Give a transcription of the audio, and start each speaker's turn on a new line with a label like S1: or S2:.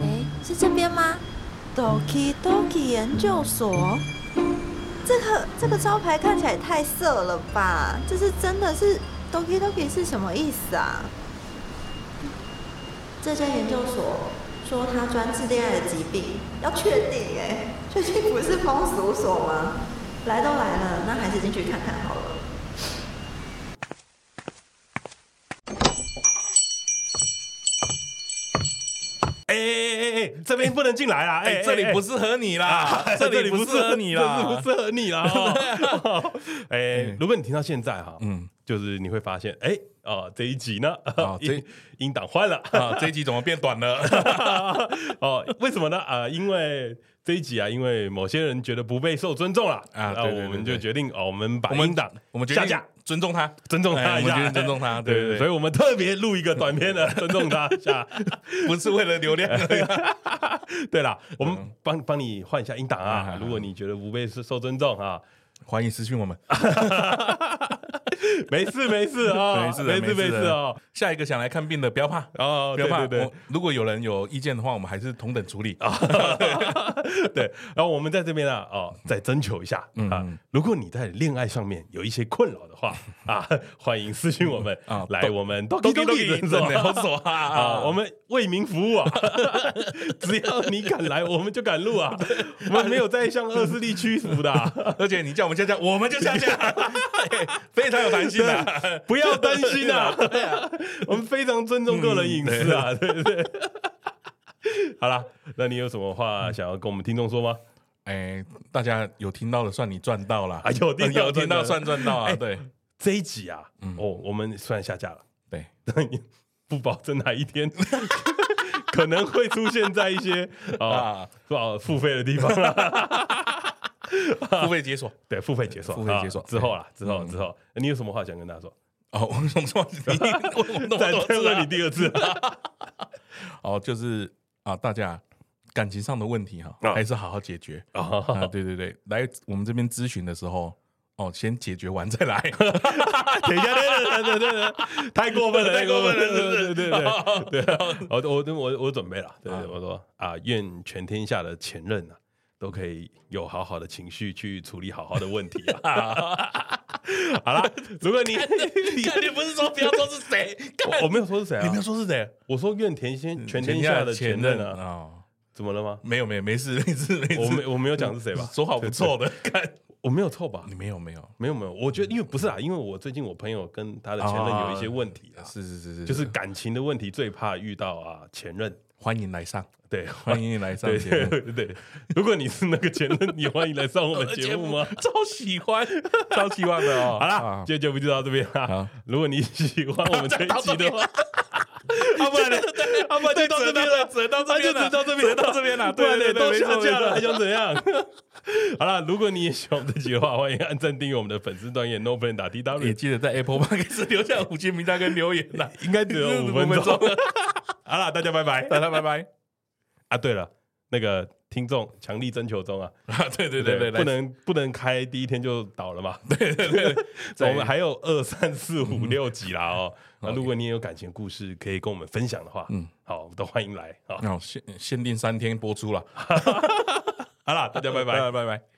S1: 哎这边吗？
S2: Doki Doki 研究所，
S1: 这个这个招牌看起来也太色了吧！这是真的是 Doki Doki 是什么意思啊？这间研究所说它专治恋爱的疾病，要确定哎、确定不是风俗所吗？来都来了，那还是进去看看好了。
S3: 哎哎哎哎，这边不能进来啊！哎、啊
S4: 哎，这里不
S3: 是
S4: 适合你啦， 这里不适合你啦，
S3: 这里不适合你啦。 哦 哎、
S4: 嗯
S3: 如果你听到现在哈、
S4: 嗯
S3: 就是你会发现，哎、哦，这一集呢，
S4: 哦这
S3: 音音档换了
S4: 啊，这一集怎么变短了？
S3: 哦，为什么呢？啊、因为这一集啊，因为某些人觉得不备受尊重了
S4: 啊
S3: 那
S4: 对对对
S3: 我们
S4: 对
S3: 就决定哦，我们把
S4: 我们
S3: 音档
S4: 我们决
S3: 下
S4: 定
S3: 架，
S4: 尊重他，
S3: 尊重
S4: 哎
S3: 他
S4: 我
S3: 一
S4: 们决
S3: 下，
S4: 定尊重 他，
S3: 对
S4: 对
S3: 对，
S4: 对
S3: 所以
S4: 对，
S3: 我们特别录一个短片的 尊重他一下。
S4: 不是为了流量 而已。
S3: 对啦，我们帮帮你换一下音档
S4: 嗯啊好
S3: 啊
S4: 好，
S3: 如果你觉得不被受受尊重 啊，
S4: 欢迎私讯我们。
S3: 没事没事啊，
S4: 没事的
S3: 没事
S4: 没
S3: 没
S4: 事的
S3: 事啊。
S4: 下一个想来看病的，不要怕，
S3: 哦，
S4: 不
S3: 对
S4: 要怕。
S3: 对对啊
S4: 我，如果有人有意见的话，我们还是同等处理。
S3: 对，然后我们在这边啊，哦，再征求一下啊
S4: 嗯，
S3: 如果你在恋爱上面有一些困扰的话啊，欢迎私信我们
S4: 啊
S3: 来我们 都
S4: 都
S3: 都
S4: 给
S3: 诊
S4: 真
S3: 所
S4: 的好爽
S3: 啊，
S4: 啊！
S3: 我们为民服务啊，只要你敢来，我们就敢录啊，我们没有在向恶势力屈服的啊。
S4: 而且你叫我们下架，我们就下 架， 嘿非常有弹性啊的。
S3: 不要担心啊， 我们非常尊重个人隐私啊，对不对？ 好啦，那你有什么话想要跟我们听众说吗？
S4: 哎，大家有听到的算你赚到了
S3: 啊，，有听
S4: 有听到算
S3: 算
S4: 赚到啊，
S3: 哎
S4: 对
S3: 这一集啊，哦，我们虽然下架了，
S4: 对。
S3: 但也不保证哪一天 可能会出现在一些啊
S4: 啊，
S3: 啊付费的地方啦，
S4: 付费解锁
S3: 对，付费解锁，
S4: 付费解锁
S3: 啊之后啦，之后
S4: 嗯
S3: 之后，你有什么话想跟大家说？
S4: 哦，我什么时候你问我那么
S3: 再
S4: 多
S3: 再
S4: 次
S3: 问
S4: 啊
S3: 你？第二次啊，
S4: 哦，就是啊，大家感情上的问题哈，
S3: 啊
S4: 还是好好解决啊。对对对，来我们这边咨询的时候，哦，先解决完 再来。
S3: 等一下，对对对对对，太过分了，
S4: 太过分了是
S3: 对
S4: 不是
S3: 对对对对。我我我我准备了，对，
S4: 啊
S3: 对我说啊，愿全天下的前任啊，都可以有好好的情绪去处理好好的问题啊。好啦，如果你你
S4: 看你不是说不要说是 谁？
S3: 我我没有说是谁
S4: 你
S3: 啊
S4: 没有，说是谁？
S3: 我说愿田先全天下的前任啊，
S4: 嗯哦，
S3: 怎么了吗？
S4: 没有没有没事没事没事，
S3: 我没我没有讲是谁吧？
S4: 说好不错的，看
S3: 我没有错吧？
S4: 你没有没有
S3: 没有没有，我觉得因为不是啊，因为我最近我朋友跟他的前任有一些问题啊，
S4: 是是是哦是，
S3: 就是感情的问题最怕遇到啊前任。
S4: 欢迎来 上，
S3: 对，
S4: 欢迎来上
S3: 对
S4: 节目。
S3: 对对，如果你是那个前任，你欢迎来上我们 节目吗？
S4: 超喜欢，超喜欢的哦。
S3: 好啦
S4: 啊，
S3: 今天节目就到这边啦
S4: 好。
S3: 如果你喜欢我们这一集的话，要啊不 然呢，要不然就到这边了，
S4: 折 到
S3: 那就只到这 边，
S4: 到这边了，
S3: 不然呢
S4: 对对
S3: 都
S4: 对，
S3: 下架了，还
S4: 没
S3: 哎
S4: 错
S3: 想怎样？ 好啦，如果你也喜欢我们这集的话，欢迎按赞订阅我们的粉丝专业 No Plan 打
S4: 也
S3: DW，
S4: 记得在 Apple Podcast 留下五星评价跟留言啦。
S3: 应该 只有五分
S4: 五分
S3: 钟
S4: 钟。
S3: 好啦，大家拜拜
S4: 大家拜拜。
S3: 啊！对了，那个听众强力征求中啊，
S4: 啊，对对对
S3: 对
S4: 对，
S3: 不能不能开第一天就倒了 嘛。嗯
S4: 对对对对，
S3: 我
S4: 对
S3: 们还有二三四五六集啦哦。那
S4: OK
S3: 如果你也有感情故事可以跟我们分享的话，嗯
S4: 嗯，
S3: 好，都
S4: 哦
S3: 欢迎来。好，
S4: 那我限限定三天播出了。
S3: 好啦，大家拜拜
S4: 拜。拜拜。